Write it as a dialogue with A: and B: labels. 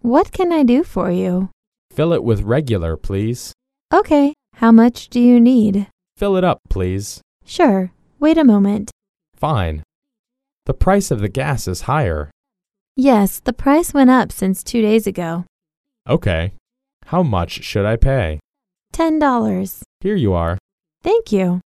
A: What can I do for you?
B: Fill it with regular, please.
A: Okay, how much do you need?
B: Fill it up, please.
A: Sure, wait a moment.
B: Fine. The price of the gas is higher.
A: Yes, the price went up since two days ago.
B: Okay. How much should I pay?
A: Ten dollars.
B: Here you are.
A: Thank you.